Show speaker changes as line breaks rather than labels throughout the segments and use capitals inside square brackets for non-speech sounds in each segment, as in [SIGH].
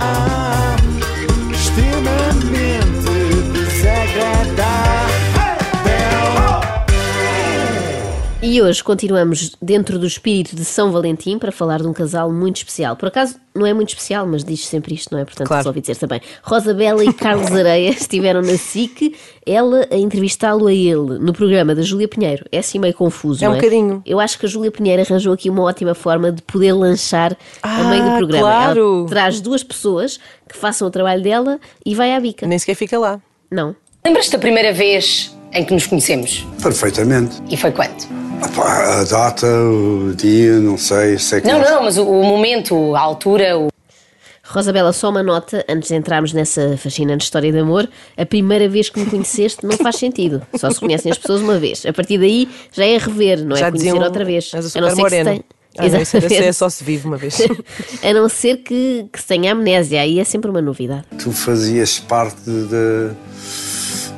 Ah, extremamente desagradável.
E hoje continuamos dentro do espírito de São Valentim para falar de um casal muito especial. Por acaso, não é muito especial, mas diz sempre isto, não é? Portanto,
Claro.
resolvi dizer também. Rosa Bela e
[LAUGHS]
Carlos Areia estiveram na SIC, ela a entrevistá-lo a ele, no programa da Júlia Pinheiro. É assim meio confuso,
É um
não é?
bocadinho.
Eu acho que a Júlia Pinheiro arranjou aqui uma ótima forma de poder lanchar a
Ah,
meio do programa.
claro.
Ela traz duas pessoas que façam o trabalho dela e vai à bica.
Nem sequer fica lá.
Não.
Lembras-te da primeira vez em que nos conhecemos?
Perfeitamente.
E foi quando?
Epá, A data, o dia, não sei, sei que
Não, não, mas o, o momento, a altura, o...
Rosabela, só uma nota antes de entrarmos nessa fascinante história de amor. A primeira vez que me conheceste não faz sentido. Só se conhecem as pessoas uma vez. A partir daí já é rever, não é
Já
conhecer
diziam,
outra vez.
És o
a não ser
super
que se
moreno.
tenha.
Ah, não, isso, isso é
Exatamente.
só se vive uma vez.
[LAUGHS] A não ser que, que se tenha amnésia, aí é sempre uma novidade.
tu fazias parte de,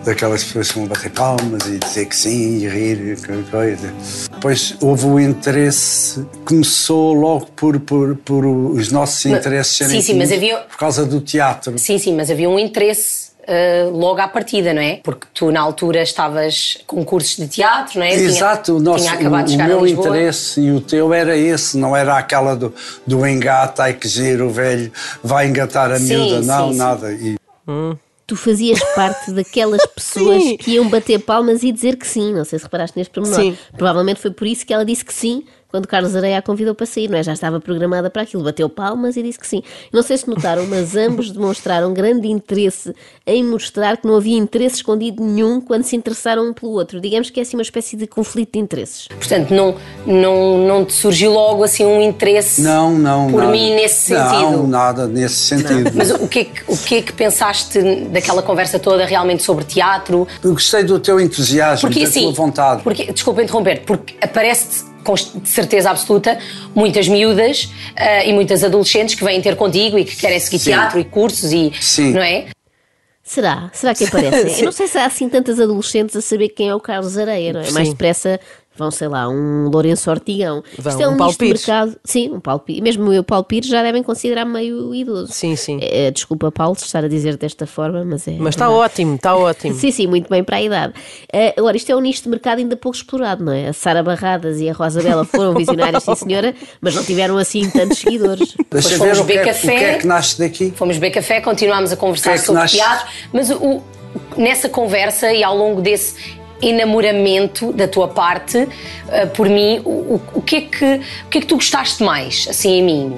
daquelas pessoas que vão bater palmas e dizer que sim e rir e qualquer coisa. Depois houve o interesse, começou logo por, por, por os nossos interesses serem
sim, sim, mas
comuns
havia-
por causa do teatro.
Sim, sim, mas havia um interesse ah, logo à partida, não é? Porque tu na altura estavas com cursos de teatro, não é? Tinha-
Exato, o, nosso,
tinha
o,
acabado de
o
chegar a
meu
Lisboa.
interesse e o teu era esse, não era aquela do, do engata, ai que giro, o velho vai engatar a
Sim,
miúda,
sim,
não,
sim.
nada. E
Tu fazias parte daquelas pessoas
[LAUGHS] Sim.
que iam bater palmas e dizer que sim. Não sei se reparaste neste pormenor.
Sim.
Provavelmente foi por isso que ela disse que sim quando Carlos Areia a convidou para sair, não é? Já estava programada para aquilo. Bateu palmas e disse que sim. Não sei se notaram, mas ambos demonstraram grande interesse em mostrar que não havia interesse escondido nenhum quando se interessaram um pelo outro. Digamos que é assim uma espécie de conflito de interesses.
Portanto, não, não, não te surgiu logo assim um interesse
não, não,
por
nada.
mim nesse
Não,
sentido?
nada nesse sentido.
Mas o que, é que, o que é que pensaste daquela conversa toda realmente sobre teatro?
Eu gostei do teu entusiasmo,
Porque
da
assim,
tua vontade.
Porque, desculpa interromper, porque aparece-te com de certeza absoluta muitas miúdas ah, e muitas adolescentes que vêm ter contigo e que querem seguir
Sim.
teatro e cursos e
Sim.
não é?
Será? Será que
[LAUGHS]
aparecem? Eu não sei se há assim tantas adolescentes a saber quem é o Carlos Areia, não é? Mais
Sim.
depressa vão, sei lá, um Lourenço Ortigão.
Vão,
Isto é um,
um
nicho
Paulo
de
Pires.
mercado. Sim, um Paulo Pires. Mesmo eu, Paulo Pires, já devem considerar meio idoso.
Sim, sim.
É, desculpa, Paulo, estar a dizer desta forma, mas é.
Mas está ótimo, está ótimo.
Sim, sim, muito bem para a idade. Eh, agora, isto é um nicho de mercado ainda pouco explorado, não é? A Sara Barradas e a Rosa Bela
[LAUGHS]
foram visionárias, sim senhora, mas não tiveram assim tantos seguidores.
Depois
Deixa ver
fomos
o que,
beber
é,
café.
o que é que nasce daqui.
Fomos beber café, continuámos a conversar
O que é que
sobre
nasce?
teatro, mas o- nessa conversa e ao longo desse enamoramento da tua parte, ah, por mim, o, o- o que é que, o que é que tu gostaste mais, assim, em mim?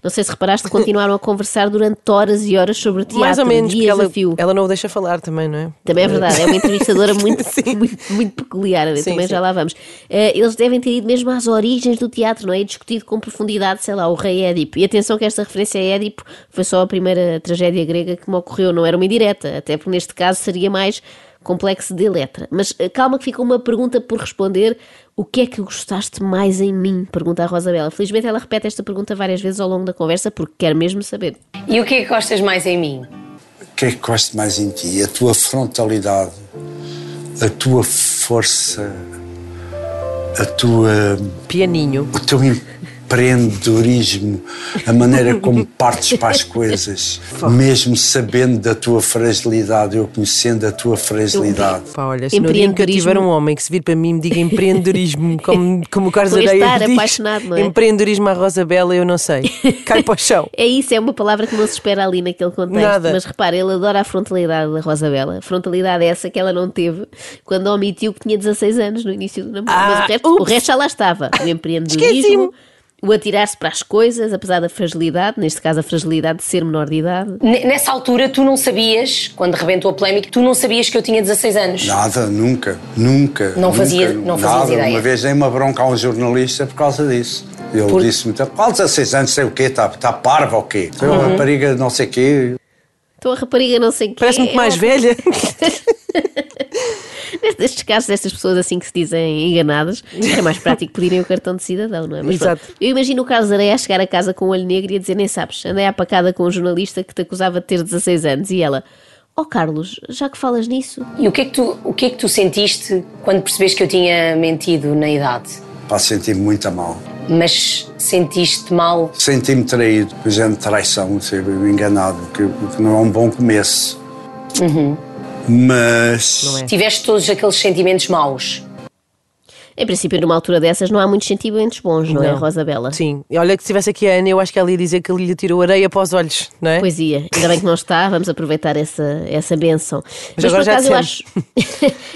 Não sei se reparaste, continuaram a conversar durante horas e horas sobre teatro,
Mais ou menos, porque
dias
ela,
a fio.
ela não o deixa falar também, não é?
Também é verdade, é uma
[LAUGHS]
entrevistadora muito,
Sim.
muito, muito peculiar, né?
Sim,
também
sim.
já lá vamos. Eh, eles devem ter ido mesmo às origens do teatro, não é? E discutido com profundidade, sei lá, o rei Édipo. E atenção que esta referência a Édipo foi só a primeira tragédia grega que me ocorreu, não era uma indireta, até porque neste caso seria mais complexo de letra. Mas eh, calma que ficou uma pergunta por responder. O que é que gostaste mais em mim? Pergunta a Rosabela. Felizmente ela repete esta pergunta várias vezes ao longo da conversa porque quer mesmo saber.
E o que é que gostas mais em mim?
O que é que gosto mais em ti? A tua frontalidade, a tua força, a tua,
Pianinho.
o teu empreendedorismo, a maneira
[LAUGHS]
como partes para as coisas, mesmo sabendo da tua fragilidade, eu conhecendo a tua fragilidade.
Pá, olha, se no dia em que eu
Empreendedorismo.
tiver um homem que se vir para mim e me
[LAUGHS]
diga empreendedorismo, como, como o Carlos
Por
Areia
estar
diz,
apaixonado, não é?
empreendedorismo à Rosa Bela, eu
[LAUGHS]
não sei. Cai para o chão.
É isso, é uma palavra que não se espera ali naquele contexto.
Nada.
Mas repara, ele adora a frontalidade da Rosabela. Frontalidade é essa que ela não teve quando omitiu que tinha 16 anos no início do namoro.
Ah,
Mas o resto, o
ups.
resto já lá estava. O
Esqueci-me.
empreendedorismo, o atirar-se para as coisas, apesar da fragilidade, neste caso a fragilidade de ser menor de idade.
Ne- Nessa altura, tu não sabias, quando rebentou a polémica, tu não sabias que eu tinha 16 anos.
Nada, nunca, nunca.
Não fazia-
nunca,
não fazias
nada.
ideia.
Uma vez dei uma bronca a um jornalista por causa disso. Ele
Por-
disse-me, "Tá, qual 16 anos, sei o quê, está tá parva ou quê? Uhum. Uma rapariga de não sei o quê.
Então a rapariga não sei o quê. é
Parece muito mais
ela-
velha. [LAUGHS]
Nestes casos, destas pessoas assim que se dizem enganadas, é mais prático pedirem o cartão de cidadão, não é?
Exato.
pronto, eu imagino o Carlos Areia a chegar a um casa com o olho negro e a dizer: Nem sabes, andei à pacada com um jornalista que te acusava de ter 16 anos. E ela: Oh Carlos, já que falas nisso,
E o que, é que tu, o que é que tu sentiste quando percebes que eu tinha mentido na idade?
Pá, senti-me muito a mal.
Mas sentiste mal?
Senti-me traído, por exemplo, traição, ser enganado, que, que não é um bom começo.
Uhum.
Mas.
Não é.
Tiveste todos aqueles sentimentos maus?
em princípio, numa altura dessas, não há muitos sentimentos bons, não, é, Rosa Bela?
Sim, e olha que se tivesse aqui a Ana, eu acho que ela ia dizer que ele lhe tirou areia para os olhos, não é?
Poesia, ainda bem que não está, vamos aproveitar essa, essa benção. Mas,
agora
por
já
acaso eu acho,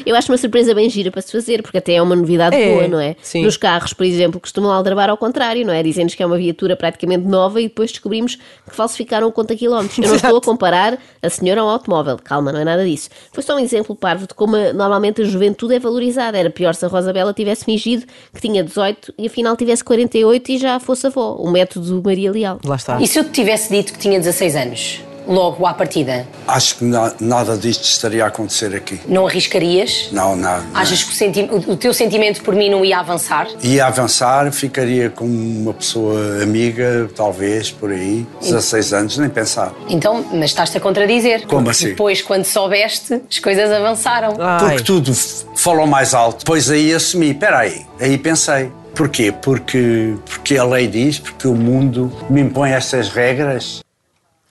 eu acho [LAUGHS] uma surpresa bem gira para se fazer, porque até é uma novidade
É,
boa, não é?
sim.
Nos carros, por exemplo, costumam aldrabar ao contrário, não é? Dizendo-nos que é uma viatura praticamente nova e depois descobrimos que falsificaram o conta quilómetros. Eu não estou a comparar a senhora ao automóvel, calma, não é nada disso. Foi só um exemplo parvo de como eh, normalmente a juventude é valorizada. Era pior se a Rosa Bela tivesse fingido que tinha 18 e afinal tivesse 48 e já fosse avó. O método Maria Leal.
Lá está.
E se eu te tivesse dito que tinha 16 anos, logo à partida,
Acho que na- nada disto estaria a acontecer aqui.
não arriscarias?
Não, nada. não.
Achas que o, senti- o- o teu sentimento por mim não ia avançar?
Ia avançar, ficaria com uma pessoa amiga, talvez, por aí. 16 anos, nem pensar.
Então, mas estás-te a contradizer.
Como
Porque
assim?
Depois, quando soubeste, as coisas avançaram.
Ai.
Porque tudo f- falou mais alto. Pois aí assumi, espera aí, aí pensei. Porquê? Porque, porque a lei diz, porque o mundo me impõe estas regras.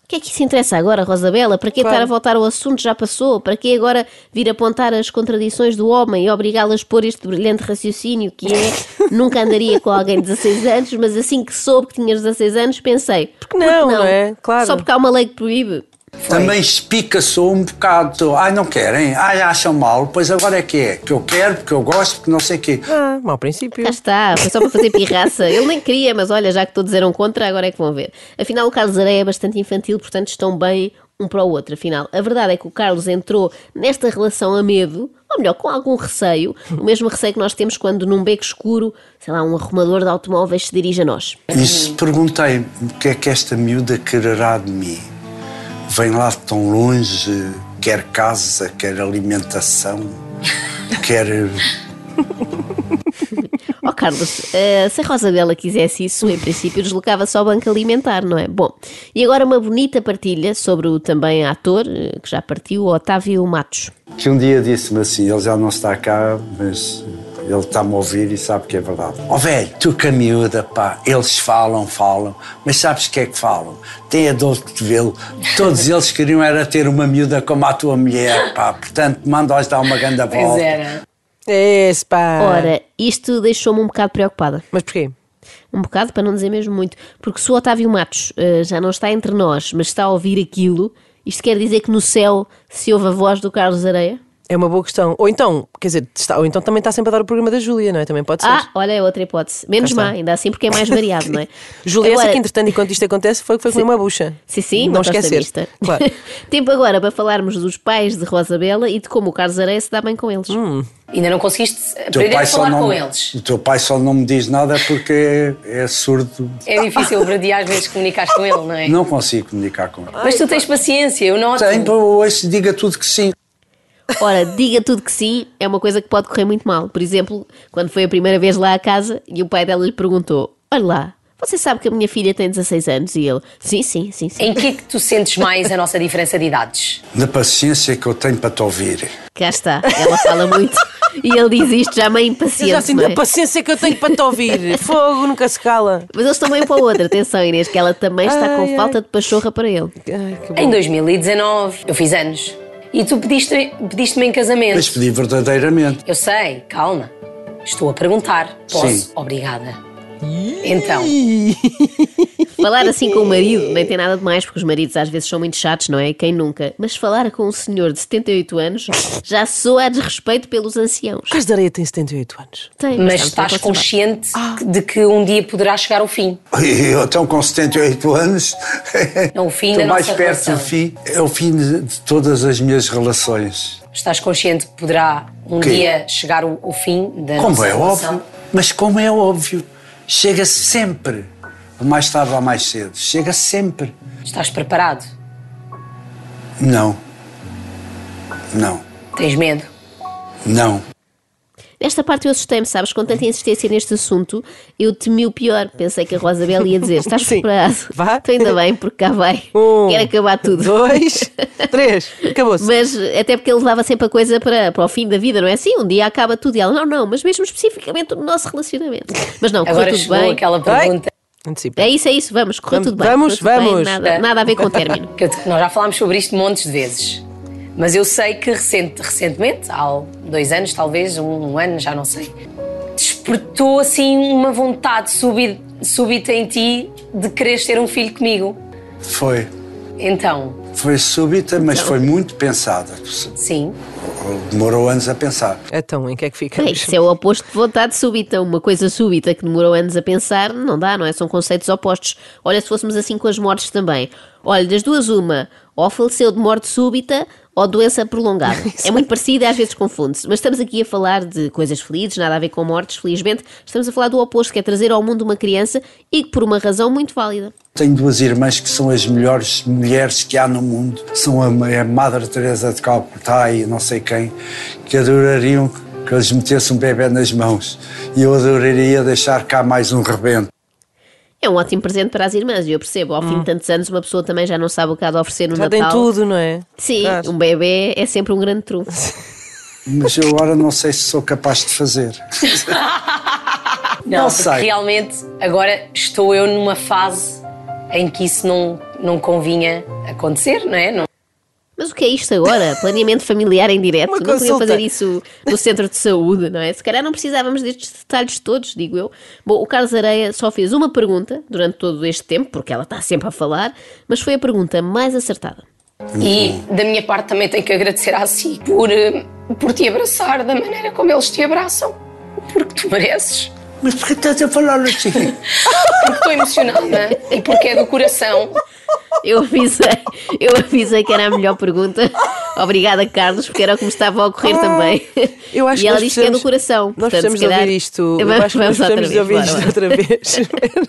O que é que isso interessa agora, Rosabela? Para que
Claro.
estar a voltar ao assunto já passou? Para que agora vir apontar as contradições do homem e obrigá-la a expor este brilhante raciocínio que é
[LAUGHS]
nunca andaria com alguém de 16 anos, mas assim que soube que tinhas 16 anos pensei, porque
não, não é? Claro.
Só porque há uma lei que proíbe.
Também espica-sou um bocado. Ai, não querem, ai, acham mal, pois agora é que é. Que eu quero, porque eu gosto, porque não sei o quê.
Ah, mau princípio.
Cá está, foi só para fazer pirraça. Ele nem queria, mas olha, já que todos eram contra, agora é que vão ver. Afinal, o Carlos Areia é bastante infantil, portanto estão bem um para o outro. Afinal, a verdade é que o Carlos entrou nesta relação a medo, ou melhor, com algum receio, o mesmo receio que nós temos quando num beco escuro, sei lá, um arrumador de automóveis se dirige a nós.
Isso perguntei-me o que é que esta miúda quererá de mim. Vem lá de tão longe, quer casa, quer alimentação, quer.
Ó Carlos, eh, se a Rosabela quisesse isso, em princípio deslocava-se ao banco alimentar, não é? Bom, e agora uma bonita partilha sobre o também ator, eh, que já partiu, Otávio Matos.
Que um dia disse-me assim: ele já não está cá, mas ele está-me a ouvir e sabe que é verdade. Ó velho, tu com a miúda, pá, eles falam, falam, mas sabes o que é que falam? Tem a dor de cotovelo. Todos eles queriam era ter uma miúda como a tua mulher, pá, portanto manda-os dar uma grande volta.
Pois era.
É, pá.
Ora, isto deixou-me um bocado preocupada.
Mas porquê?
Um bocado, para não dizer mesmo muito. Porque se o Otávio Matos eh, já não está entre nós, mas está a ouvir aquilo, isto quer dizer que no céu se ouve a voz do Carlos Areia?
É uma boa questão. Ou então, quer dizer, está- ou então também está sempre a dar o programa da Júlia, não é? Também pode ser.
Ah, olha, é outra hipótese. Menos
Cá está.
má, ainda assim, porque é mais variado,
[LAUGHS]
não é?
Júlia,
Agora-
essa que entretanto, enquanto isto acontece, foi que foi comer uma bucha.
Sim, sim,
não
uma tosta
esquecer.
mista. [LAUGHS]
Claro.
Tempo agora para falarmos dos pais de Rosabela e de como o Carlos Areia se dá bem com eles.
Hum.
Ainda não conseguiste
O teu
aprender
pai
a
só
falar
não-
com eles.
O teu pai só não me diz nada porque é, é surdo.
É difícil para ti às vezes comunicar com ele, não é?
Não consigo comunicar com ele.
Mas tu tens paciência, eu noto.
Tem, pô, hoje diga tudo que sim.
Ora, diga tudo que sim, é uma coisa que pode correr muito mal. Por exemplo, quando foi a primeira vez lá à casa e o pai dela lhe perguntou: Olha lá, você sabe que a minha filha tem 16 anos? E ele: Sim, sim, sim, sim.
Em que é que tu sentes mais a nossa diferença de idades?
Na paciência que eu tenho para te ouvir.
Cá está, ela fala muito e ele diz isto já meio
Eu já
impaciente.
sinto
não
a
é?
paciência que eu tenho para
[LAUGHS]
te ouvir. Fogo, nunca se cala.
Mas eles estão bem um para o outro, atenção Inês, que ela também está com
Ai, ai.
falta de pachorra para ele.
Ai, que bom.
Em 2019, eu fiz anos. E tu pediste- pediste-me em casamento.
Mas pedi verdadeiramente.
Eu sei, calma. Estou a perguntar. Posso?
Sim.
Obrigada. Então,
Falar assim com o marido nem tem nada de mais, porque os maridos às vezes são muito chatos, não é? Quem nunca? Mas falar com um senhor de 78 anos já soa a desrespeito pelos anciãos.
Carlos de Areia tem 78 anos.
Tem, está
mas
é muito Ah.
estás
bem conservado.
consciente de que um dia poderá chegar o fim.
Eu então com
[LAUGHS]
78 anos.
Não, o fim
Estou
da
mais
nossa
perto
relação.
do fim. É o fim de, de todas as minhas relações.
Estás consciente que poderá um
Quê?
dia chegar o, o fim da
Como
nossa
é
relação?
óbvio. Mas como é óbvio. Chega sempre. Mais tarde ou mais cedo. Chega sempre.
Estás preparado?
Não. Não.
Tens medo?
Não.
Nesta parte eu assustei-me, sabes? Com tanta insistência neste assunto, eu temi o pior. Pensei que a Rosabel ia dizer: Estás
[LAUGHS] Sim.
preparado?
Vá.
Então ainda bem, porque cá vai.
[LAUGHS] Um,
Quero acabar tudo. [LAUGHS]
Dois, três, acabou-se.
Mas até porque ele levava sempre a coisa para, para o fim da vida, não é assim? Um dia acaba tudo e ela, não, não, mas mesmo especificamente o nosso relacionamento. Mas não, correu
Agora
tudo
chegou
bem.
aquela
Ai.
pergunta
Antecipa.
É isso, é isso, vamos, correu
Vamos,
tudo bem.
vamos,
correu tudo bem,
vamos.
nada, nada a ver com o término.
que eu te- nós já falámos sobre isto montes de vezes. Mas eu sei que recente, recentemente, há um, dois anos talvez, um, um ano, já não sei, despertou assim uma vontade súbi- súbita em ti de quereres ter um filho comigo.
Foi.
Então,
Foi súbita, mas foi muito pensada.
sim,
Demorou anos a pensar.
Então, em que é que
Bem,
ficamos?
Isso é o oposto de vontade súbita. Uma coisa súbita que demorou anos a pensar, não dá, não é? São conceitos opostos. Olha, se fôssemos assim com as mortes também. Olha, das duas, uma, ou faleceu de morte súbita ou doença prolongada.
[LAUGHS]
é muito parecida, às vezes confunde-se. Mas estamos aqui a falar de coisas felizes, nada a ver com mortes, felizmente. Estamos a falar do oposto, que é trazer ao mundo uma criança e que por uma razão muito válida.
Tenho duas irmãs que são as melhores mulheres que há no mundo. São a, é a Madre Teresa de Calcutá e não sei quem, que adorariam que eu lhes metesse um bebê nas mãos. E eu adoraria deixar cá mais um rebento.
É um ótimo presente para as irmãs, e eu percebo. Ao fim de tantos anos, uma pessoa também já não sabe o que há de oferecer no
Hum. Já tem
Natal.
tudo, não é?
Sim,
Claro.
um bebê é sempre um grande
[LAUGHS]
trunfo.
Mas eu agora não sei se sou capaz de fazer.
Não,
Não
porque
sei.
realmente agora estou eu numa fase em que isso não, não convinha acontecer, não é? Não-
Mas o que é isto
[LAUGHS]
agora? Planeamento familiar em direto?
Uma
não podiam
consulta.
fazer isso no centro de saúde, não é? Se calhar não precisávamos destes detalhes todos, digo eu. Bom, o Carlos Areia só fez uma pergunta durante todo este tempo, porque ela está sempre a falar, mas foi a pergunta mais acertada.
E
Uhum.
da minha parte também tenho que agradecer à si por, eh, por te abraçar da maneira como eles te abraçam. Porque tu mereces.
Mas por que estás a falar assim?
Porque estou emocionada e porque é do coração.
Eu avisei, eu avisei que era a melhor pergunta. Obrigada, Carlos, porque era o que me estava a ocorrer também.
Ah, Eu
e
acho que
ela
nós
diz que é do
precisamos-
coração.
Nós
portanto,
precisamos
se calhar,
de ouvir isto. Eu
Vamos,
acho que nós
vamos outra
precisamos
vez.
de ouvir
bora,
isto
bora.
outra vez.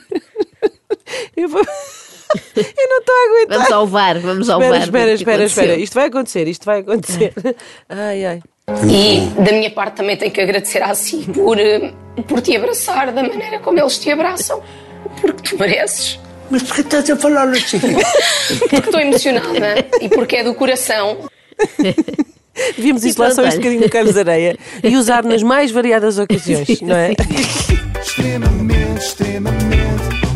[LAUGHS]
Eu vou- [LAUGHS] Eu não estou a aguentar.
Vamos ao VAR, vamos ao
Espera,
VAR.
espera,
ver o que
espera, espera.
aconteceu.
Isto vai acontecer, isto
[LAUGHS]
vai acontecer. Ai, ai.
E
Uhum.
da minha parte também tenho que agradecer à si por, eh, por te abraçar da maneira como eles te abraçam. Porque tu mereces.
Mas por que estás a falar
[LAUGHS]
assim?
Porque estou emocionada e porque é do coração.
Devíamos
E
isolar só
pronto,
este
olha.
bocadinho de Carlos Areia
[LAUGHS]
e usar nas mais variadas ocasiões, não é?
extremamente, Ah, extremamente.